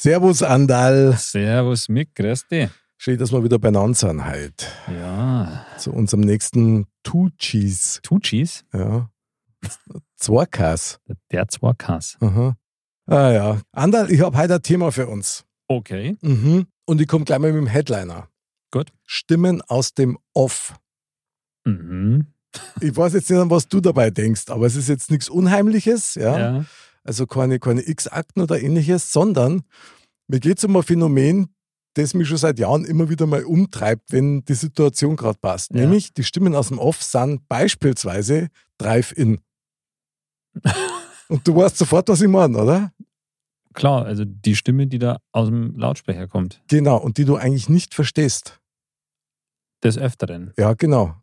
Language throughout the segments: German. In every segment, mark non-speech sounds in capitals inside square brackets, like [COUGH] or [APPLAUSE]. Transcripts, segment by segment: Servus Andal. Servus Mick, grüß dich. Schön, dass wir wieder beieinander sind heute. Ja, Zu unserem nächsten Two Cheese. Tuchis, Ja. Zwarkas. der Zwarkas. Aha. Ah ja. Andal, ich habe heute ein Thema für uns. Okay, Mhm. Und ich komme gleich mal mit dem Headliner. Gut. Stimmen aus dem Off. mhm. Ich weiß jetzt nicht, an was du dabei denkst, aber es ist jetzt nichts Unheimliches, ja. ja. Also keine, keine X-Akten oder ähnliches, sondern mir geht es um ein Phänomen, das mich schon seit Jahren immer wieder mal umtreibt, wenn die Situation gerade passt. Ja. Nämlich die Stimmen aus dem Off sind beispielsweise Drive-In. Und du weißt sofort, was ich meine, oder? klar, also die Stimme, die da aus dem Lautsprecher kommt, Genau, und die du eigentlich nicht verstehst. des Öfteren, Ja, genau.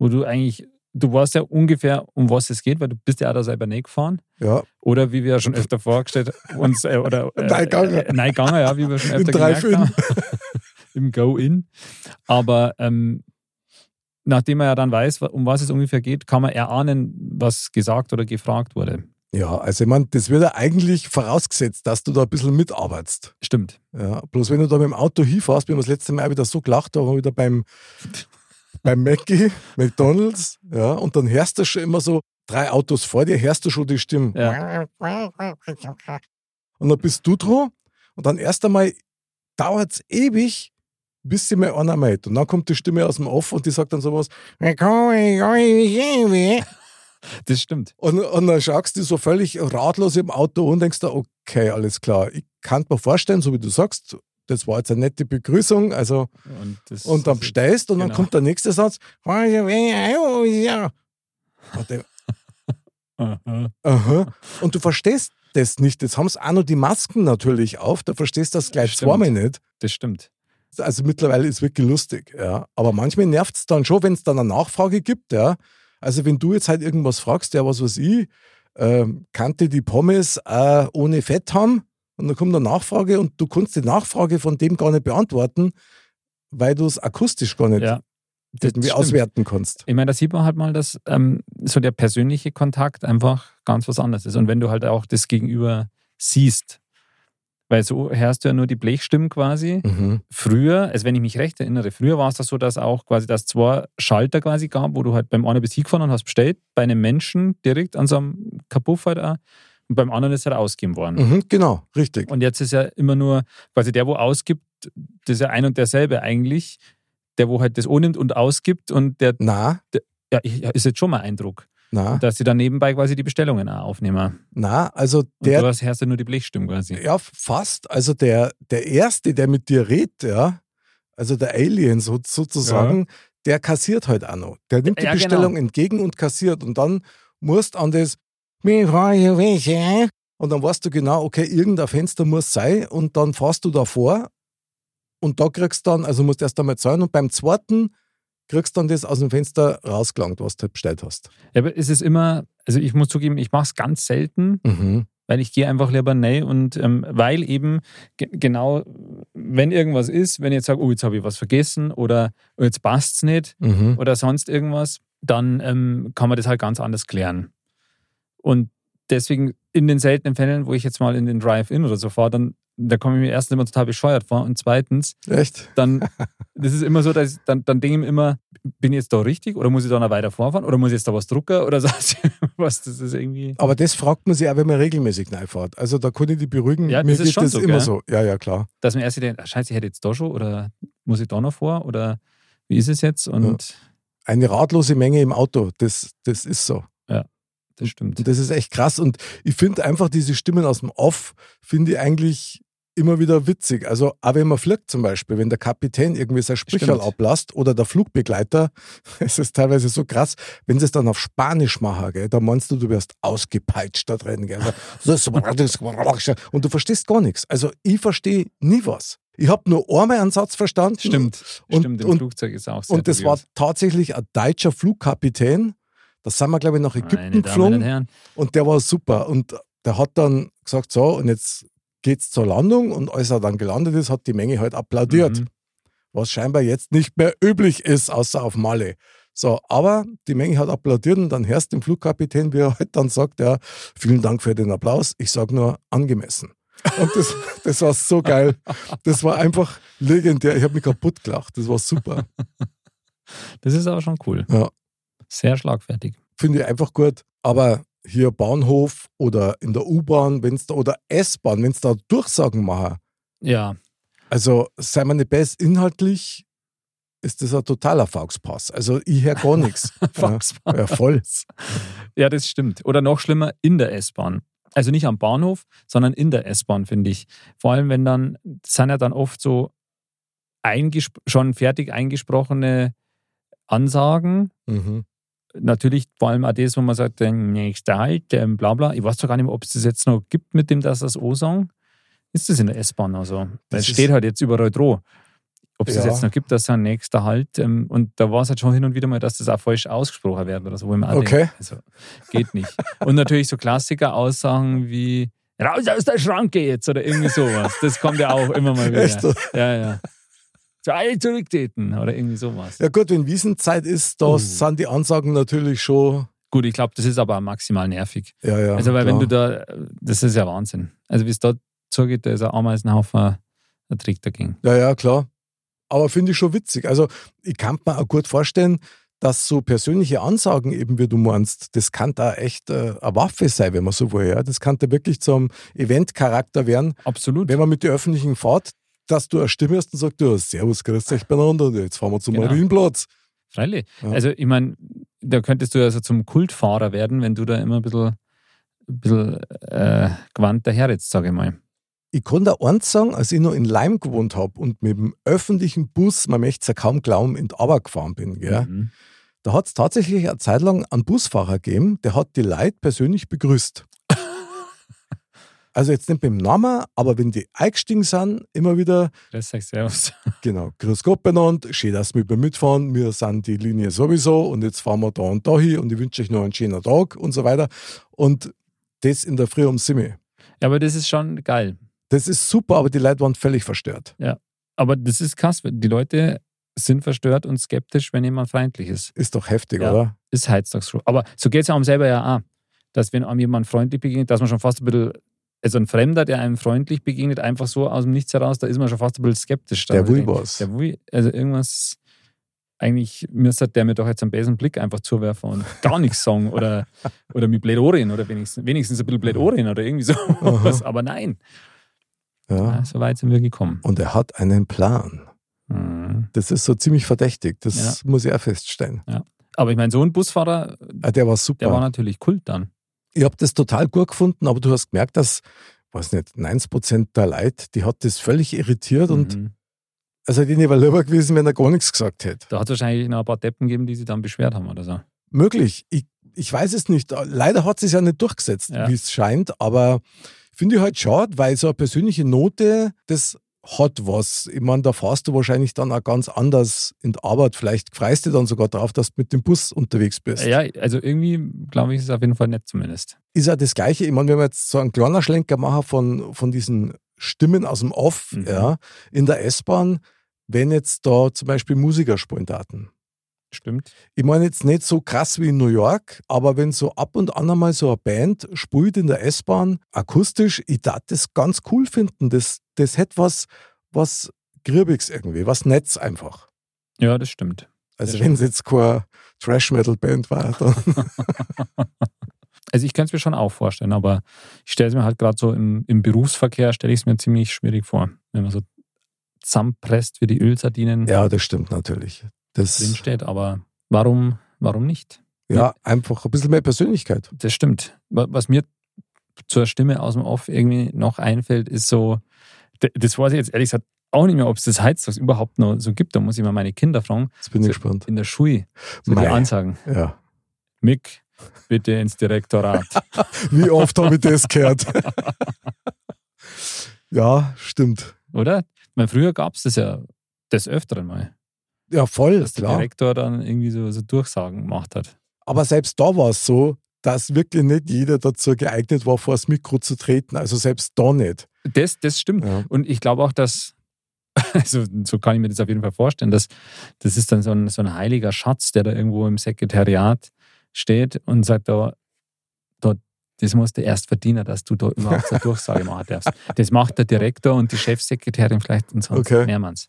wo du eigentlich, du weißt ja ungefähr, um was es geht, weil du bist ja auch da selber nicht gefahren. Ja, Oder wie wir ja schon öfter vorgestellt uns äh, oder äh, [LAUGHS] Nein, gegangen. äh, nein, gegangen, ja, wie wir schon Im öfter Drive-In. gemerkt haben. [LAUGHS] Im Go-In. Aber ähm, nachdem man ja dann weiß, um was es ungefähr geht, kann man erahnen, was gesagt oder gefragt wurde. ja also ich meine, das wird ja eigentlich vorausgesetzt, dass du da ein bisschen mitarbeitest. Stimmt. Ja, bloß wenn du da mit dem Auto hinfährst, bin ich das letzte Mal auch wieder so gelacht, da war ich wieder beim, beim Mackie, McDonalds, ja, und dann hörst du schon immer so drei Autos vor dir, hörst du schon die Stimmen. Und dann bist du dran und dann erst einmal dauert es ewig, bis sie mal einer meint. Und dann kommt die Stimme aus dem Off und die sagt dann sowas. Und, Das stimmt. und dann schaust du so völlig ratlos im Auto und denkst dir, okay, alles klar. Ich kann mir vorstellen, so wie du sagst, das war jetzt eine nette Begrüßung, also Und, das, und dann bestellst und dann genau. kommt der nächste Satz. Und der, Aha. aha. Und du verstehst das nicht. Jetzt haben es auch noch die Masken natürlich auf. Du verstehst das gleich Stimmt. zweimal nicht. Das stimmt. Also mittlerweile ist wirklich lustig. Ja. Aber manchmal nervt es dann schon, wenn es dann eine Nachfrage gibt. Ja. Also wenn du jetzt halt irgendwas fragst, ja, was weiß ich, ähm, kannte die Pommes äh, ohne Fett haben? Und dann kommt eine Nachfrage und du kannst die Nachfrage von dem gar nicht beantworten, weil du es akustisch gar nicht Ja. Das irgendwie stimmt. auswerten kannst. Ich meine, da sieht man halt mal, dass ähm, so der persönliche Kontakt einfach ganz was anderes ist. Und wenn du halt auch das Gegenüber siehst, weil so hörst du ja nur die Blechstimmen quasi. Mhm. Früher, also wenn ich mich recht erinnere, früher war es das so, dass auch quasi das zwei Schalter quasi gab, wo du halt beim einen bist hingefahren und hast bestellt, bei einem Menschen direkt an so einem Kapuff halt auch, und beim anderen ist halt ausgegeben worden. Mhm, genau, richtig. Und jetzt ist ja immer nur quasi der, wo ausgibt, das ist ja ein und derselbe eigentlich. Der, wo halt das annimmt und ausgibt und der, Na, ja, ich- ja, ist jetzt schon mal Eindruck, na, dass sie dann nebenbei quasi die Bestellungen auch aufnehmen. na, also Und der, der, du hast hörst ja nur die Blechstimmen quasi. ja, fast, also der, der Erste, der mit dir redet, ja, also der Alien so, sozusagen, der kassiert halt auch noch. Der nimmt die Ja, genau. Bestellung entgegen und kassiert und dann musst an das "Mir freue welche", und dann weißt du genau, okay, irgendein Fenster muss sein und dann fährst du davor und da kriegst dann, also musst erst einmal zahlen und beim zweiten kriegst dann das aus dem Fenster rausgelangt, was du halt bestellt hast. Ja, aber es ist immer, also ich muss zugeben, ich mache es ganz selten, Mhm. weil ich gehe einfach lieber nein und ähm, weil eben ge genau, wenn irgendwas ist, wenn ich jetzt sage, oh, jetzt habe ich was vergessen oder oh, jetzt passt es nicht, Mhm. oder sonst irgendwas, dann ähm, kann man das halt ganz anders klären. Und deswegen in den seltenen Fällen, wo ich jetzt mal in den Drive-In oder so fahre, dann da komme ich mir erstens immer total bescheuert vor und zweitens, Echt? [LAUGHS] dann das ist immer so, dass ich, dann, dann denke ich mir immer, bin ich jetzt da richtig oder muss ich da noch weiter vorfahren oder muss ich jetzt da was drucken oder [LAUGHS] sonst was, das ist irgendwie... Aber das fragt man sich auch, wenn man regelmäßig reinfährt. Also da kann ich die beruhigen. Ja, Mir das ist geht schon das so, immer gell? so. Ja, ja, klar. dass man erst denkt, ah, scheiße, ich hätte jetzt da schon oder muss ich da noch vor oder wie ist es jetzt und Eine ratlose Menge im Auto, das, das ist so. das stimmt. Und das ist echt krass. Und ich finde einfach diese Stimmen aus dem Off, finde ich eigentlich immer wieder witzig. Also auch wenn man fliegt zum Beispiel, wenn der Kapitän irgendwie sein Sprichwort Stimmt. ablässt oder der Flugbegleiter, [LAUGHS] es ist teilweise so krass, wenn sie es dann auf Spanisch machen, gell, da meinst du, du wirst ausgepeitscht da drin. Gell. Also, So, so, Und du verstehst gar nichts. Also ich verstehe nie was. Ich habe nur einmal einen Satz verstanden. Stimmt, Und- stimmt, im und- Flugzeug ist auch sehr Und das war kurios. tatsächlich ein deutscher Flugkapitän. Da sind wir, glaube ich, nach Ägypten Meine Damen geflogen. und Herren. Und der war super. Und der hat dann gesagt, so, und jetzt geht's zur Landung. Und als er dann gelandet ist, hat die Menge halt applaudiert. Mhm. Was scheinbar jetzt nicht mehr üblich ist, außer auf Malle. So, aber die Menge hat applaudiert und dann hörst du den Flugkapitän, wie er halt dann sagt, ja, vielen Dank für den Applaus. Ich sag nur angemessen. Und das, [LAUGHS] das war so geil. Das war einfach legendär. Ich habe mich kaputt gelacht. Das war super. Das ist aber schon cool. Ja. Sehr schlagfertig. Finde ich einfach gut. Aber hier Bahnhof oder in der U-Bahn, wenn's da oder S-Bahn, wenn es da Durchsagen machen, Ja, also sei man nicht best, inhaltlich ist das ein totaler Faxpass. Also ich höre gar [LAUGHS] nichts. ja, Volkswagen. ja, voll. Ja, das stimmt. Oder noch schlimmer, in der S-Bahn. Also nicht am Bahnhof, sondern in der S-Bahn, finde ich. Vor allem, wenn dann, das sind ja dann oft so eingesp- schon fertig eingesprochene Ansagen. Mhm. Natürlich vor allem auch das, wo man sagt, der nächste Halt, ähm, bla bla. Ich weiß doch gar nicht mehr, ob es das jetzt noch gibt mit dem Das das O-Song. Ist das in der S-Bahn also? Das Das ist- steht halt jetzt überall droh. Ob es das Ja. jetzt noch gibt, dass ein nächster Halt. Ähm, und da war es halt schon hin und wieder mal, dass das auch falsch ausgesprochen wird oder so, wo ich mir auch Okay. also, geht nicht. Und natürlich so Klassiker-Aussagen wie raus aus der Schranke jetzt oder irgendwie sowas. Das kommt ja auch immer mal wieder. Echt? Ja, ja. Zu alle zurücktreten oder irgendwie sowas. Ja gut, wenn Wiesenzeit ist, da Uh. sind die Ansagen natürlich schon. Gut, ich glaube, das ist aber maximal nervig. Ja, ja. also, weil wenn du klar. da, das ist ja Wahnsinn. Also, wie es dort zugeht, da ist ein Ameisenhaufen ein Trick dagegen. Ja, ja, klar. Aber finde ich schon witzig. Also ich kann mir auch gut vorstellen, dass so persönliche Ansagen eben, wie du meinst, das kann da echt äh, eine Waffe sein, wenn man so will. Ja? Das kann da wirklich zum Eventcharakter werden. Absolut. wenn man mit der öffentlichen Fahrt, dass du eine Stimme hast und sagst, du, Servus, grüß dich beieinander, und jetzt fahren wir zum Genau. Marienplatz. Freilich. Ja. Also, ich meine, da könntest du also zum Kultfahrer werden, wenn du da immer ein bisschen, ein bisschen äh, gewandt daherrätst, sage ich mal. Ich kann da eins sagen, als ich noch in Leim gewohnt habe und mit dem öffentlichen Bus, man möchte es ja kaum glauben, in die Arbeit gefahren bin, gell? Mhm. da hat es tatsächlich eine Zeit lang einen Busfahrer gegeben, der hat die Leute persönlich begrüßt. also jetzt nicht mit dem Namen, aber wenn die eingestiegen sind, immer wieder, Das sag ich servus. Genau, grüß Gott benannt, schön, dass wir mitfahren, wir sind die Linie sowieso und jetzt fahren wir da und da hin und ich wünsche euch noch einen schönen Tag und so weiter. Und das in der Früh um Simme. [LAUGHS] Ja, aber das ist schon geil. Das ist super, aber die Leute waren völlig verstört. Aber das ist krass. weil Die Leute sind verstört und skeptisch, wenn jemand freundlich ist. Ist doch heftig, Ja. oder? Ist Heiztagsruhe. Aber so geht es ja um selber ja auch. Dass wenn einem jemand freundlich begegnet, dass man schon fast ein bisschen, also ein Fremder, der einem freundlich begegnet, einfach so aus dem Nichts heraus, da ist man schon fast ein bisschen skeptisch. Da Der denkt, Wulbos. Der Wui, also irgendwas, eigentlich müsste der mir doch jetzt einen bösen Blick einfach zuwerfen und gar nichts sagen [LAUGHS] oder, oder mit blöd anreden oder wenigstens, wenigstens ein bisschen blöd anreden oder irgendwie sowas. Aha. Aber nein, Ja. ja, so weit sind wir gekommen. Und er hat einen Plan. Mhm. Das ist so ziemlich verdächtig, das muss ich auch feststellen. Aber ich meine, so ein Busfahrer, Ah, Der war der super. war natürlich Kult dann. ich habe das total gut gefunden, aber du hast gemerkt, dass, weiß nicht, 90% der Leute, die hat das völlig irritiert und Mhm. also die wäre lieber gewesen, wenn er gar nichts gesagt hätte. Da hat es wahrscheinlich noch ein paar Deppen gegeben, die sich dann beschwert haben oder so. Möglich. Ich, ich weiß es nicht. Leider hat sie es ja nicht durchgesetzt, Ja. wie es scheint. Aber finde ich halt schade, weil so eine persönliche Note, das hat was. Ich meine, da fährst du wahrscheinlich dann auch ganz anders in die Arbeit. Vielleicht freust du dann sogar drauf, dass du mit dem Bus unterwegs bist. Ja, also irgendwie glaube ich, ist es auf jeden Fall nett zumindest. Ist ja das Gleiche. Ich meine, wenn wir jetzt so einen kleinen Schlenker machen von, von diesen Stimmen aus dem Off Mhm. ja, in der S-Bahn, wenn jetzt da zum Beispiel Musiker spielen Daten. Stimmt. Ich meine jetzt nicht so krass wie in New York, aber wenn so ab und an einmal so eine Band spielt in der S-Bahn, akustisch, ich darf das ganz cool finden. Das, das hätte was, was Griebigs irgendwie, was Netz einfach. Ja, das stimmt. Also Ja, wenn es jetzt keine Trash-Metal-Band war, dann Also ich könnte es mir schon auch vorstellen, aber ich stelle es mir halt gerade so im, im Berufsverkehr, stelle ich es mir ziemlich schwierig vor, wenn man so zusammenpresst wie die Ölsardinen ja, das stimmt natürlich. drin Das, steht. Aber warum, warum nicht? ja, einfach ein bisschen mehr Persönlichkeit. Das stimmt. Wa- Was mir zur Stimme aus dem Off irgendwie noch einfällt, ist so, d- das weiß ich jetzt ehrlich gesagt auch nicht mehr, ob es das Heiztags überhaupt noch so gibt. Da muss ich mal meine Kinder fragen. Jetzt bin ich So- gespannt. In der Schule, so die Mei. Ansagen. Ja. Mick, bitte ins Direktorat. [LAUGHS] Wie oft habe ich das gehört? [LAUGHS] ja, stimmt. Oder? Weil früher gab es das ja des Öfteren mal, Ja, voll, dass der klar. Direktor dann irgendwie so, so Durchsagen gemacht hat. Aber selbst da war es so, dass wirklich nicht jeder dazu geeignet war, vor das Mikro zu treten. Also selbst da nicht. Das, das stimmt. Ja. Und ich glaube auch, dass, [LAUGHS] also so kann ich mir das auf jeden Fall vorstellen, dass das ist dann so ein, so ein heiliger Schatz, der da irgendwo im Sekretariat steht und sagt, da, da Das musst du erst verdienen, dass du da überhaupt [LAUGHS] eine Durchsage machen darfst. Das macht der Direktor und die Chefsekretärin vielleicht und sonst Okay. mehrmals.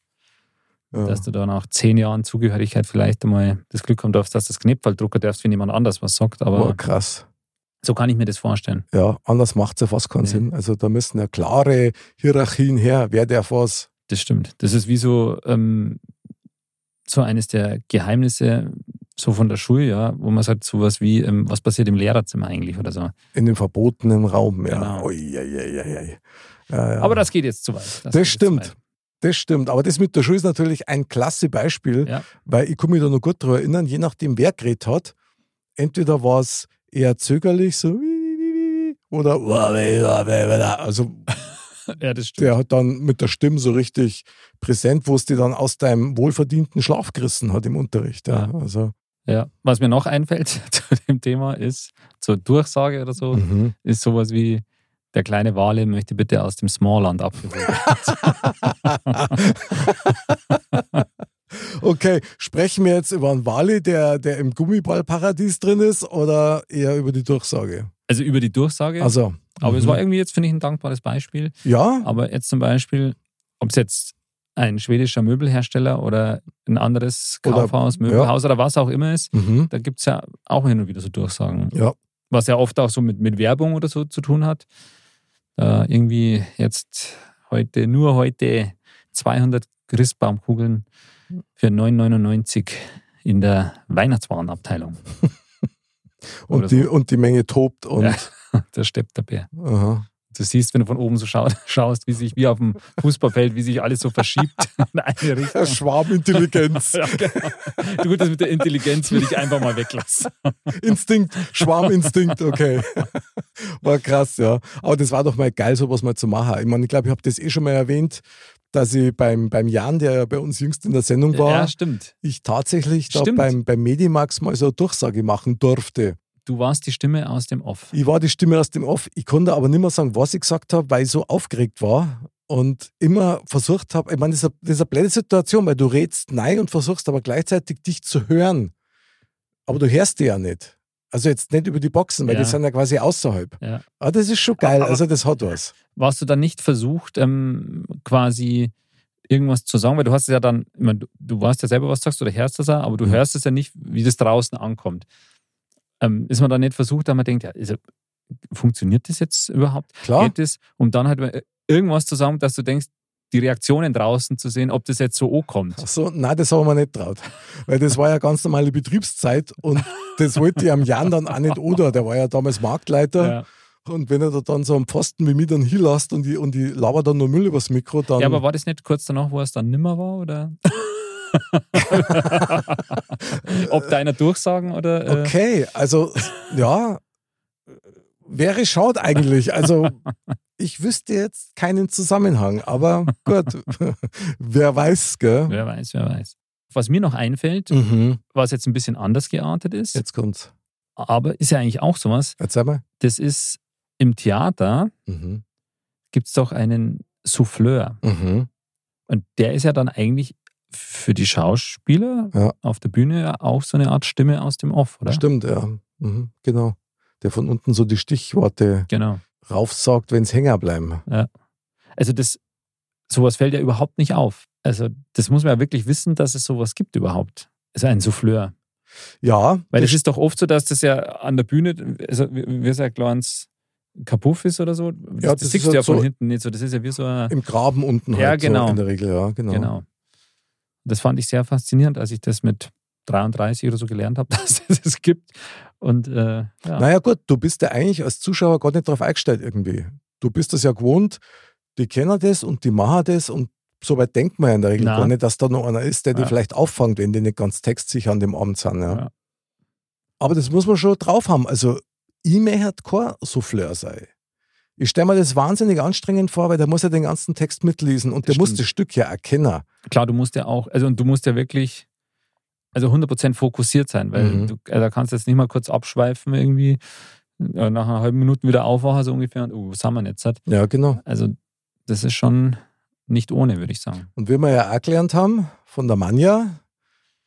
Ja. Dass du da nach zehn Jahren Zugehörigkeit vielleicht einmal das Glück haben darfst, dass du das Knöpfel drucken darfst, wenn jemand anders was sagt. Aber Boah, krass. so kann ich mir das vorstellen. Ja, anders macht es ja fast keinen Nee. Sinn. Also da müssen ja klare Hierarchien her, wer darf was. Das stimmt. Das ist wie so, ähm, so eines der Geheimnisse so von der Schule, ja, wo man sagt, sowas wie, ähm, was passiert im Lehrerzimmer eigentlich oder so. In dem verbotenen Raum, ja. Genau. Ui, ui, ui, ui. Ja, ja. Aber das geht jetzt zu weit. Das, geht Das jetzt zu stimmt. weit. Das stimmt, aber das mit der Schule ist natürlich ein klasse Beispiel, Ja. weil ich kann mich da noch gut drüber erinnern, je nachdem wer geredet hat, entweder war es eher zögerlich, so wie, wie, wie, wie, oder also [LAUGHS] Ja, das stimmt. der hat dann mit der Stimme so richtig präsent, wo es dir dann aus deinem wohlverdienten Schlaf gerissen hat im Unterricht. Ja, Ja. also, Ja. Was mir noch einfällt [LAUGHS] zu dem Thema ist, zur Durchsage oder so, mhm. ist sowas wie, der kleine Wale möchte bitte aus dem Smallland abgeholt Okay, sprechen wir jetzt über einen Wali, der, der im Gummiballparadies drin ist oder eher über die Durchsage? Also über die Durchsage. Also, aber es mhm. war irgendwie jetzt, finde ich, ein dankbares Beispiel. ja, Aber jetzt zum Beispiel, ob es jetzt ein schwedischer Möbelhersteller oder ein anderes Oder- Kaufhaus, Möbelhaus oder was auch immer ist, mhm. da gibt es ja auch hin und wieder so Durchsagen. Ja. Was ja oft auch so mit, mit Werbung oder so zu tun hat. Äh, irgendwie jetzt heute, nur heute 200 Christbaumkugeln für 9,99 in der Weihnachtswarenabteilung. oder und, die, so. und die Menge tobt und. Ja. [LAUGHS] Da steppt der Bär. Aha. Du siehst, wenn du von oben so schau- [LAUGHS] schaust, wie sich, wie auf dem Fußballfeld, wie sich alles so [LAUGHS] verschiebt in eine Richtung. [LAUGHS] Schwarmintelligenz. Ja, genau. Du, Gut, das mit der Intelligenz würde ich einfach mal weglassen. Instinkt, Schwarminstinkt, okay. War krass, ja. Aber das war doch mal geil, sowas mal zu machen. Ich meine, ich glaube, ich habe das eh schon mal erwähnt, dass ich beim, beim Jan, der ja bei uns jüngst in der Sendung war, Ja, stimmt. ich tatsächlich da Stimmt. beim, beim Medimax mal so eine Durchsage machen durfte. Du warst die Stimme aus dem Off. Ich war die Stimme aus dem Off. Ich konnte aber nicht mehr sagen, was ich gesagt habe, weil ich so aufgeregt war und immer versucht habe, ich meine, das ist eine, das ist eine blöde Situation, weil du redest nein und versuchst aber gleichzeitig dich zu hören. Aber du hörst die ja nicht. Also jetzt nicht über die Boxen, weil Ja. die sind ja quasi außerhalb. Ja. Aber das ist schon geil. Aber- Also das hat was. Warst du dann nicht versucht, ähm, quasi irgendwas zu sagen? Weil du hast es ja dann, ich meine, du, du weißt ja selber, was du sagst oder hörst es ja, aber du hörst es ja nicht, wie das draußen ankommt. Ähm, ist man dann nicht versucht, da man denkt, ja, ist, ja- funktioniert das jetzt überhaupt? Klar. geht es, um dann halt irgendwas zu sagen, dass du denkst, die Reaktionen draußen zu sehen, ob das jetzt so ankommt. Ach so, nein, das haben wir nicht traut. Weil das war ja ganz normale Betriebszeit und das wollte ich am Jan dann auch nicht oder. Der war ja damals Marktleiter. Ja. Und wenn er da dann so einen Pfosten wie mich dann hinlässt und ich, und ich laber dann nur Müll übers Mikro, dann. ja, aber war das nicht kurz danach, wo es dann nimmer war? [LAUGHS] Oder? ob deiner Durchsagen oder. Äh, okay, also ja, wäre schaut eigentlich. Also ich wüsste jetzt keinen Zusammenhang, aber gut, [LAUGHS] wer weiß, gell? Wer weiß, wer weiß. Was mir noch einfällt, Mhm. was jetzt ein bisschen anders geartet ist, Jetzt kommt's. aber ist ja eigentlich auch sowas, Erzähl mal. das ist im Theater Mhm. gibt es doch einen Souffleur. Mhm. Und der ist ja dann eigentlich für die Schauspieler Ja. auf der Bühne ja auch so eine Art Stimme aus dem Off, oder? Stimmt, ja. Mhm. Genau. Der von unten so die Stichworte Genau. raufsaugt, wenn's hänger bleiben. Also das, sowas fällt ja überhaupt nicht auf. Also das muss man ja wirklich wissen, dass es sowas gibt überhaupt. Also ein Souffleur. Ja, Weil das das ist doch oft so, dass das ja an der Bühne, also wie wie es ja kleins Kapuff ist oder so, das, Ja, das, das ist siehst du halt ja von so- hinten nicht so. Das ist ja wie so ein, im Graben unten Ja, halt genau. so in der Regel, ja, genau. genau. Das fand ich sehr faszinierend, als ich das mit 33 oder so gelernt habe, [LAUGHS] dass es das gibt. Und äh, ja. Naja, gut, du bist ja eigentlich als Zuschauer gar nicht drauf eingestellt irgendwie. Du bist das ja gewohnt, die kennen das und die machen das und so weit denkt man ja in der Regel Na. gar nicht, dass da noch einer ist, der die Ja. vielleicht auffängt, wenn die nicht ganz textsicher an dem Abend sind. Ja. Ja. Aber das muss man schon drauf haben. Also, ich möchte kein Souffleur sein. Ich stelle mir das wahnsinnig anstrengend vor, weil der muss ja den ganzen Text mitlesen und Das der muss stimmt. das Stück ja erkennen. klar, du musst ja auch, also und du musst ja wirklich, also 100% fokussiert sein, weil Mhm. du also da kannst du jetzt nicht mal kurz abschweifen irgendwie, äh, nach einer halben Minute wieder aufwachen, so ungefähr, und oh, was haben wir denn jetzt? halt? Ja, genau. Also, das ist schon nicht ohne, würde ich sagen. Und wie wir ja auch gelernt haben von der Manja,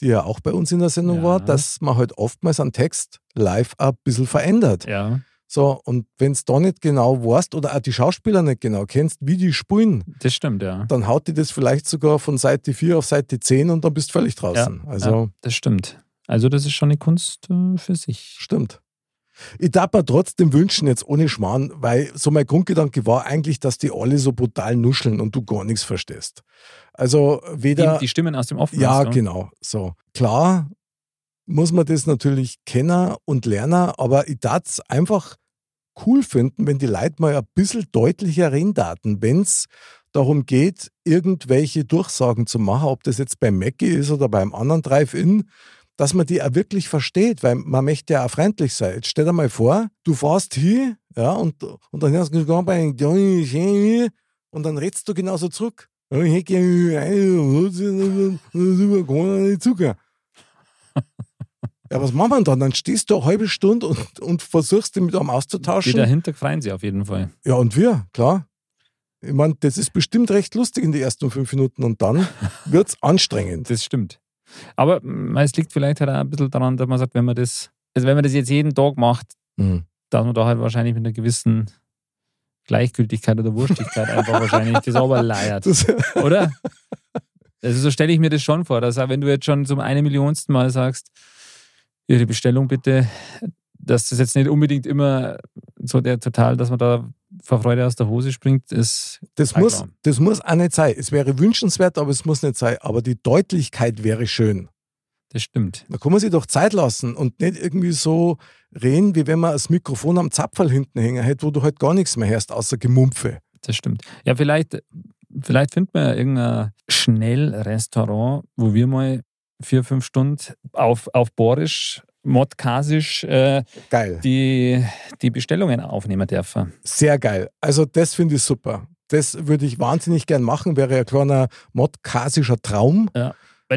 die ja auch bei uns in der Sendung Ja. war, dass man halt oftmals einen Text live ein bisschen verändert. Ja, So, und wenn es da nicht genau weißt oder auch die Schauspieler nicht genau kennst, wie die spielen, Das stimmt, ja. dann haut dir das vielleicht sogar von Seite 4 auf Seite 10 und dann bist du völlig draußen. also, ja, das stimmt. Also, das ist schon eine Kunst äh, für sich. stimmt. Ich darf mir trotzdem wünschen, jetzt ohne Schmarrn, weil so mein Grundgedanke war eigentlich, dass die alle so brutal nuscheln und du gar nichts verstehst. Also weder. die, die Stimmen aus dem Off. Ja, meinst du? genau. So. Klar muss man das natürlich kennen und lernen, aber ich darf es einfach cool finden, wenn die Leute mal ein bisschen deutlicher reden, wenn es darum geht, irgendwelche Durchsagen zu machen, ob das jetzt beim Mackie ist oder beim anderen Drive-In, dass man die auch wirklich versteht, weil man möchte ja auch freundlich sein. Jetzt stell dir mal vor, du fährst hier, ja, und, und dann hörst du gar bei und dann redst du genauso zurück. Ja, was machen wir denn dann? Dann stehst du eine halbe Stunde und, und versuchst dich mit einem Die auszutauschen. dahinter freuen sie auf jeden Fall. Ja, und wir, klar. Ich meine, das ist bestimmt recht lustig in den ersten fünf Minuten und dann wird es anstrengend. Das stimmt. Aber mm, es liegt vielleicht halt auch ein bisschen daran, dass man sagt, wenn man das, also wenn man das jetzt jeden Tag macht, dass man da halt wahrscheinlich mit einer gewissen Gleichgültigkeit oder Wurstigkeit einfach wahrscheinlich das [LAUGHS] aber leiert. Das, Oder? Also so stelle ich mir das schon vor, dass auch wenn du jetzt schon zum eine Millionsten Mal sagst, Ihre Bestellung bitte, dass das jetzt nicht unbedingt immer so der total, dass man da vor Freude aus der Hose springt, ist das, Zeig muss, mal. das muss auch nicht sein. Es wäre wünschenswert, aber es muss nicht sein. Aber die Deutlichkeit wäre schön. das stimmt. Da kann man sich doch Zeit lassen und nicht irgendwie so reden, wie wenn man das Mikrofon am Zapferl hinten hängen hätte, wo du halt gar nichts mehr hörst, außer Gemumpfe. Das stimmt. Ja, vielleicht, vielleicht findet man ja irgendein Schnellrestaurant, wo wir mal vier, fünf Stunden auf, auf Borisch, Modkasisch äh, Geil. die, die Bestellungen aufnehmen dürfen. Sehr geil. Also das finde ich super. Das würde ich wahnsinnig gern machen. Wäre ein kleiner modkasischer Traum. Weil,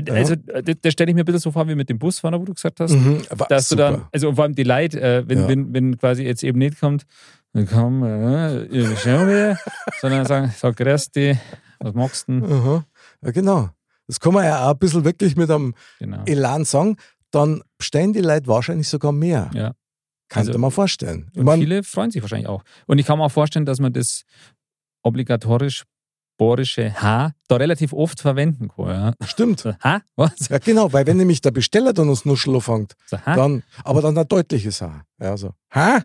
Ja. Also, da, da stelle ich mir ein bisschen so vor wie mit dem Busfahrer, wo du gesagt hast. Mhm. aber Dass super. du dann, also und vor allem die Leute, äh, wenn, Ja. wenn, wenn quasi jetzt eben nicht kommt, dann kommen äh, ihre Bestellungen, sondern sagen, sag grüß dich, was magst du denn? Mhm. Ja, genau. Das kann man ja auch ein bisschen wirklich mit einem Genau. Elan sagen. Dann bestellen die Leute wahrscheinlich sogar mehr. Ja. Kann Also- ich mir vorstellen. Ich Und mein, viele freuen sich wahrscheinlich auch. Und ich kann mir auch vorstellen, dass man das obligatorisch borische H da relativ oft verwenden kann. Ja. stimmt. So, ha? Was? Ja, genau, weil wenn nämlich der Besteller dann uns Nuschel fängt, So, ha? dann, aber dann ein deutliches Haar. Ja, so. Hä?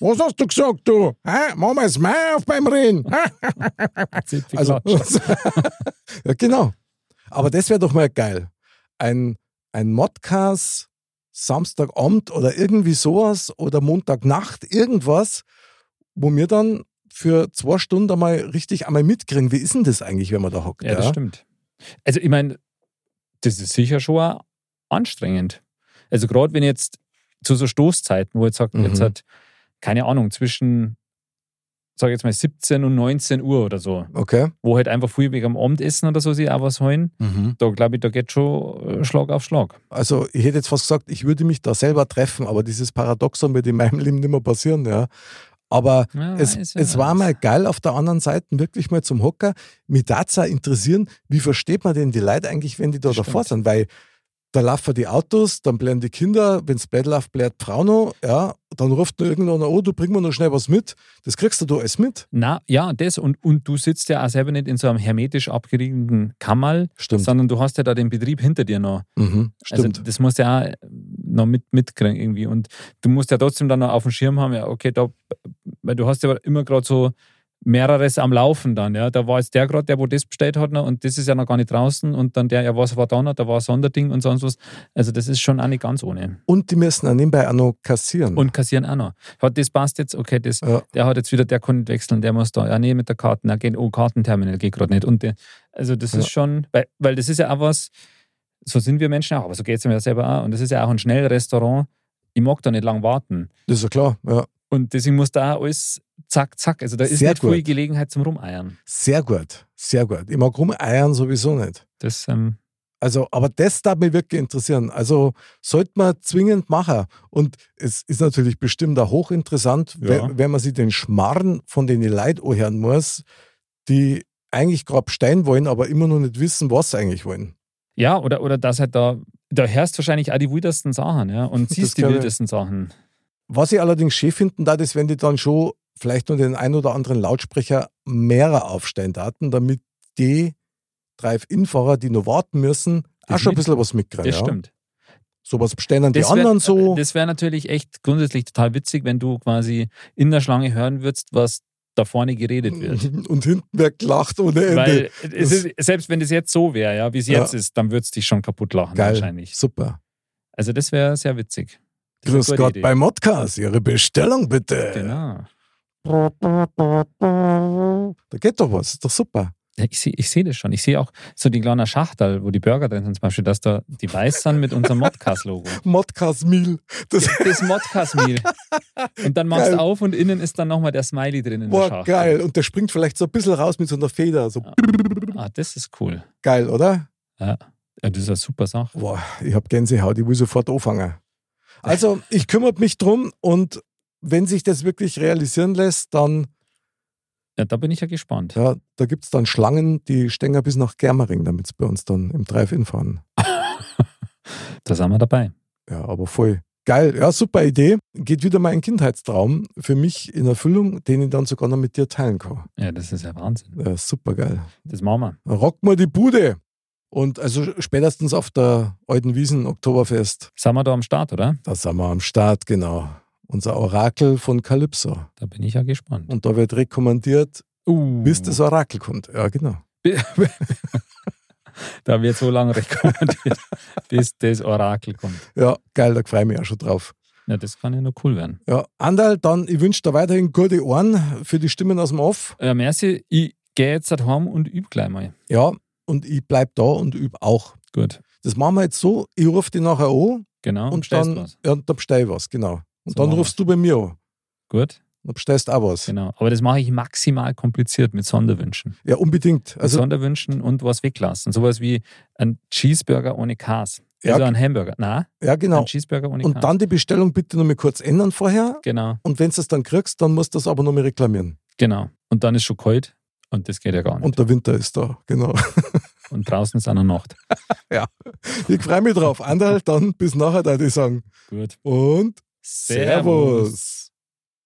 Was hast du gesagt, du? Hä? Mach mal das Mai auf beim Reden. Hä? Also, also, [LAUGHS] ja, genau. Aber das wäre doch mal geil. Ein, ein Modcast, Samstagabend oder irgendwie sowas oder Montagnacht, irgendwas, wo wir dann für zwei Stunden mal richtig einmal mitkriegen, wie ist denn das eigentlich, wenn man da hockt? ja, das stimmt. Also ich meine, das ist sicher schon auch anstrengend. Also gerade wenn jetzt zu so Stoßzeiten, wo jetzt sagt, Mhm. jetzt hat, keine Ahnung, zwischen, sag ich jetzt mal, 17 und 19 Uhr oder so, Okay. wo halt einfach früh wegen am Abendessen oder so sich auch was holen, da glaube ich, da geht schon äh, Schlag auf Schlag. Also ich hätte jetzt fast gesagt, ich würde mich da selber treffen, aber dieses Paradoxon wird in meinem [LAUGHS] Leben nicht mehr passieren, ja. Aber Ja, es, Ah, ist ja es war was. mal geil auf der anderen Seite, wirklich mal zum Hocker. Mich tat's auch interessieren, wie versteht man denn die Leute eigentlich, wenn die da Das davor sind? stimmt. Weil da laufen die Autos, dann blären die Kinder, wenn's blöd läuft, blärt Frauno, ja, dann ruft nur irgendeiner, oh, du bring mir noch schnell was mit. Das kriegst du da alles mit. Na, ja, das. Und, und du sitzt ja auch selber nicht in so einem hermetisch abgeriegelten Kammerl, sondern du hast ja da den Betrieb hinter dir noch. Mhm, stimmt. Also das musst du ja auch noch mit, mitkriegen irgendwie. Und du musst ja trotzdem dann noch auf dem Schirm haben, ja, okay, da, weil du hast ja immer gerade so mehreres am Laufen dann, ja. Da war jetzt der gerade, der wo das bestellt hat noch, und das ist ja noch gar nicht draußen und dann der, ja, was war da noch, da war ein Sonderding und sonst was. Also das ist schon auch nicht ganz ohne. Und die müssen auch nebenbei auch noch kassieren. Und kassieren auch noch. Hat das passt jetzt, okay, das, Ja. der hat jetzt wieder, der kann nicht wechseln, der muss da. Ja, nee, mit der Karte, na, geht, oh, Kartenterminal geht gerade nicht. Und der, also das Ja. ist schon, weil, weil das ist ja auch was, so sind wir Menschen auch, aber so geht es mir ja selber auch. Und das ist ja auch ein Schnellrestaurant, ich mag da nicht lang warten. das ist ja klar, ja. Und deswegen muss da auch alles zack, zack. Also da ist Sehr nicht viel gut. Gelegenheit zum Rumeiern. Sehr gut, sehr gut. Ich mag rumeiern sowieso nicht. Das, ähm, Also, aber das darf mich wirklich interessieren. Also, sollte man zwingend machen. Und es ist natürlich bestimmt auch hochinteressant, Ja. wenn, wenn man sich den Schmarrn von den Leuten anhören muss, die eigentlich gerade stein wollen, aber immer noch nicht wissen, was sie eigentlich wollen. ja, oder, oder das halt da, da hörst du wahrscheinlich auch die wildesten Sachen, ja, [LAUGHS] und Das siehst die glaube ich. wildesten Sachen. Was ich allerdings schön finden da, ist, wenn die dann schon vielleicht nur den ein oder anderen Lautsprecher mehrer aufstellen daten, damit die Drive-In-Fahrer, die nur warten müssen, Das auch schon ein mit- bisschen was mitkriegen. Das ja. stimmt. Sowas bestellen dann die Das wär- anderen so. Das wäre natürlich echt grundsätzlich total witzig, wenn du quasi in der Schlange hören würdest, was da vorne geredet wird. [LAUGHS] Und hinten wird gelacht ohne Ende. Weil es Äh, Das- ist, selbst wenn das jetzt so wäre, ja, wie es Ja. jetzt ist, dann würdest du dich schon kaputt lachen Geil. wahrscheinlich. Super. Also das wäre sehr witzig. Das wär Grüß eine gute Gott Idee. bei Modcast. Ihre Bestellung bitte. Genau. Da geht doch was. Ist doch super. Ja, ich sehe ich seh das schon. Ich sehe auch so die kleine Schachtel, wo die Burger drin sind, zum Beispiel, dass da die weiß sind mit [LAUGHS] unserem Modcast-Logo. Modcast Meal. Das Das Modcast-Meal. Und dann machst Geil. du auf und innen ist dann nochmal der Smiley drin in der war Schachtel. geil. Und der springt vielleicht so ein bisschen raus mit so einer Feder. So Ah, das ist cool. geil, oder? Ja, das ist eine super Sache. Boah, ich habe Gänsehaut, ich will sofort anfangen. Also, ich kümmere mich drum und wenn sich das wirklich realisieren lässt, dann, Ja, da bin ich ja gespannt. ja, da gibt es dann Schlangen, die stehen bis nach Germering, damit sie bei uns dann im Drive-In fahren. Da sind wir dabei. Ja, aber voll. Geil, ja, super Idee. Geht wieder mein Kindheitstraum für mich in Erfüllung, den ich dann sogar noch mit dir teilen kann. Ja, das ist ja Wahnsinn. Ja, super geil. Das machen wir. Rock mal die Bude. Und also spätestens auf der alten Wiesen Oktoberfest, Sind wir da am Start, oder? da sind wir am Start, genau. Unser Orakel von Calypso. Da bin ich ja gespannt. Und da wird rekommandiert, Uh, bis das Orakel kommt. Ja, genau. Da wird so lange [LAUGHS] rekommandiert, bis das Orakel kommt. Ja, geil, da freue ich mich auch schon drauf. Ja, das kann ja nur cool werden. Ja, Andal, dann, ich wünsche dir weiterhin gute Ohren für die Stimmen aus dem Off. Ja, Äh, merci. Ich gehe jetzt halt heim und übe gleich mal. Ja, und ich bleib da und übe auch. Gut. Das machen wir jetzt so, ich rufe dich nachher an Genau. und, bestellst dann, was. ja, und dann bestell ich was, genau. Und So dann machen rufst du bei mir an. Gut. Dann bestellst auch was. Genau. Aber das mache ich maximal kompliziert mit Sonderwünschen. Ja, unbedingt. Also, Also, Sonderwünschen und was weglassen. Sowas wie ein Cheeseburger ohne Kas. Ja. Also ein Hamburger. Na, ja, genau. ein Cheeseburger ohne Und Kas. dann die Bestellung bitte nochmal kurz ändern vorher. Genau, Und wenn du es dann kriegst, dann musst du das aber nochmal reklamieren. genau. Und dann ist schon kalt und das geht ja gar nicht. Und der Winter ist da, genau. [LAUGHS] Und draußen ist eine Nacht. Ich freue mich drauf. Anderl, dann bis nachher, da ich sagen. Gut. Und Servus.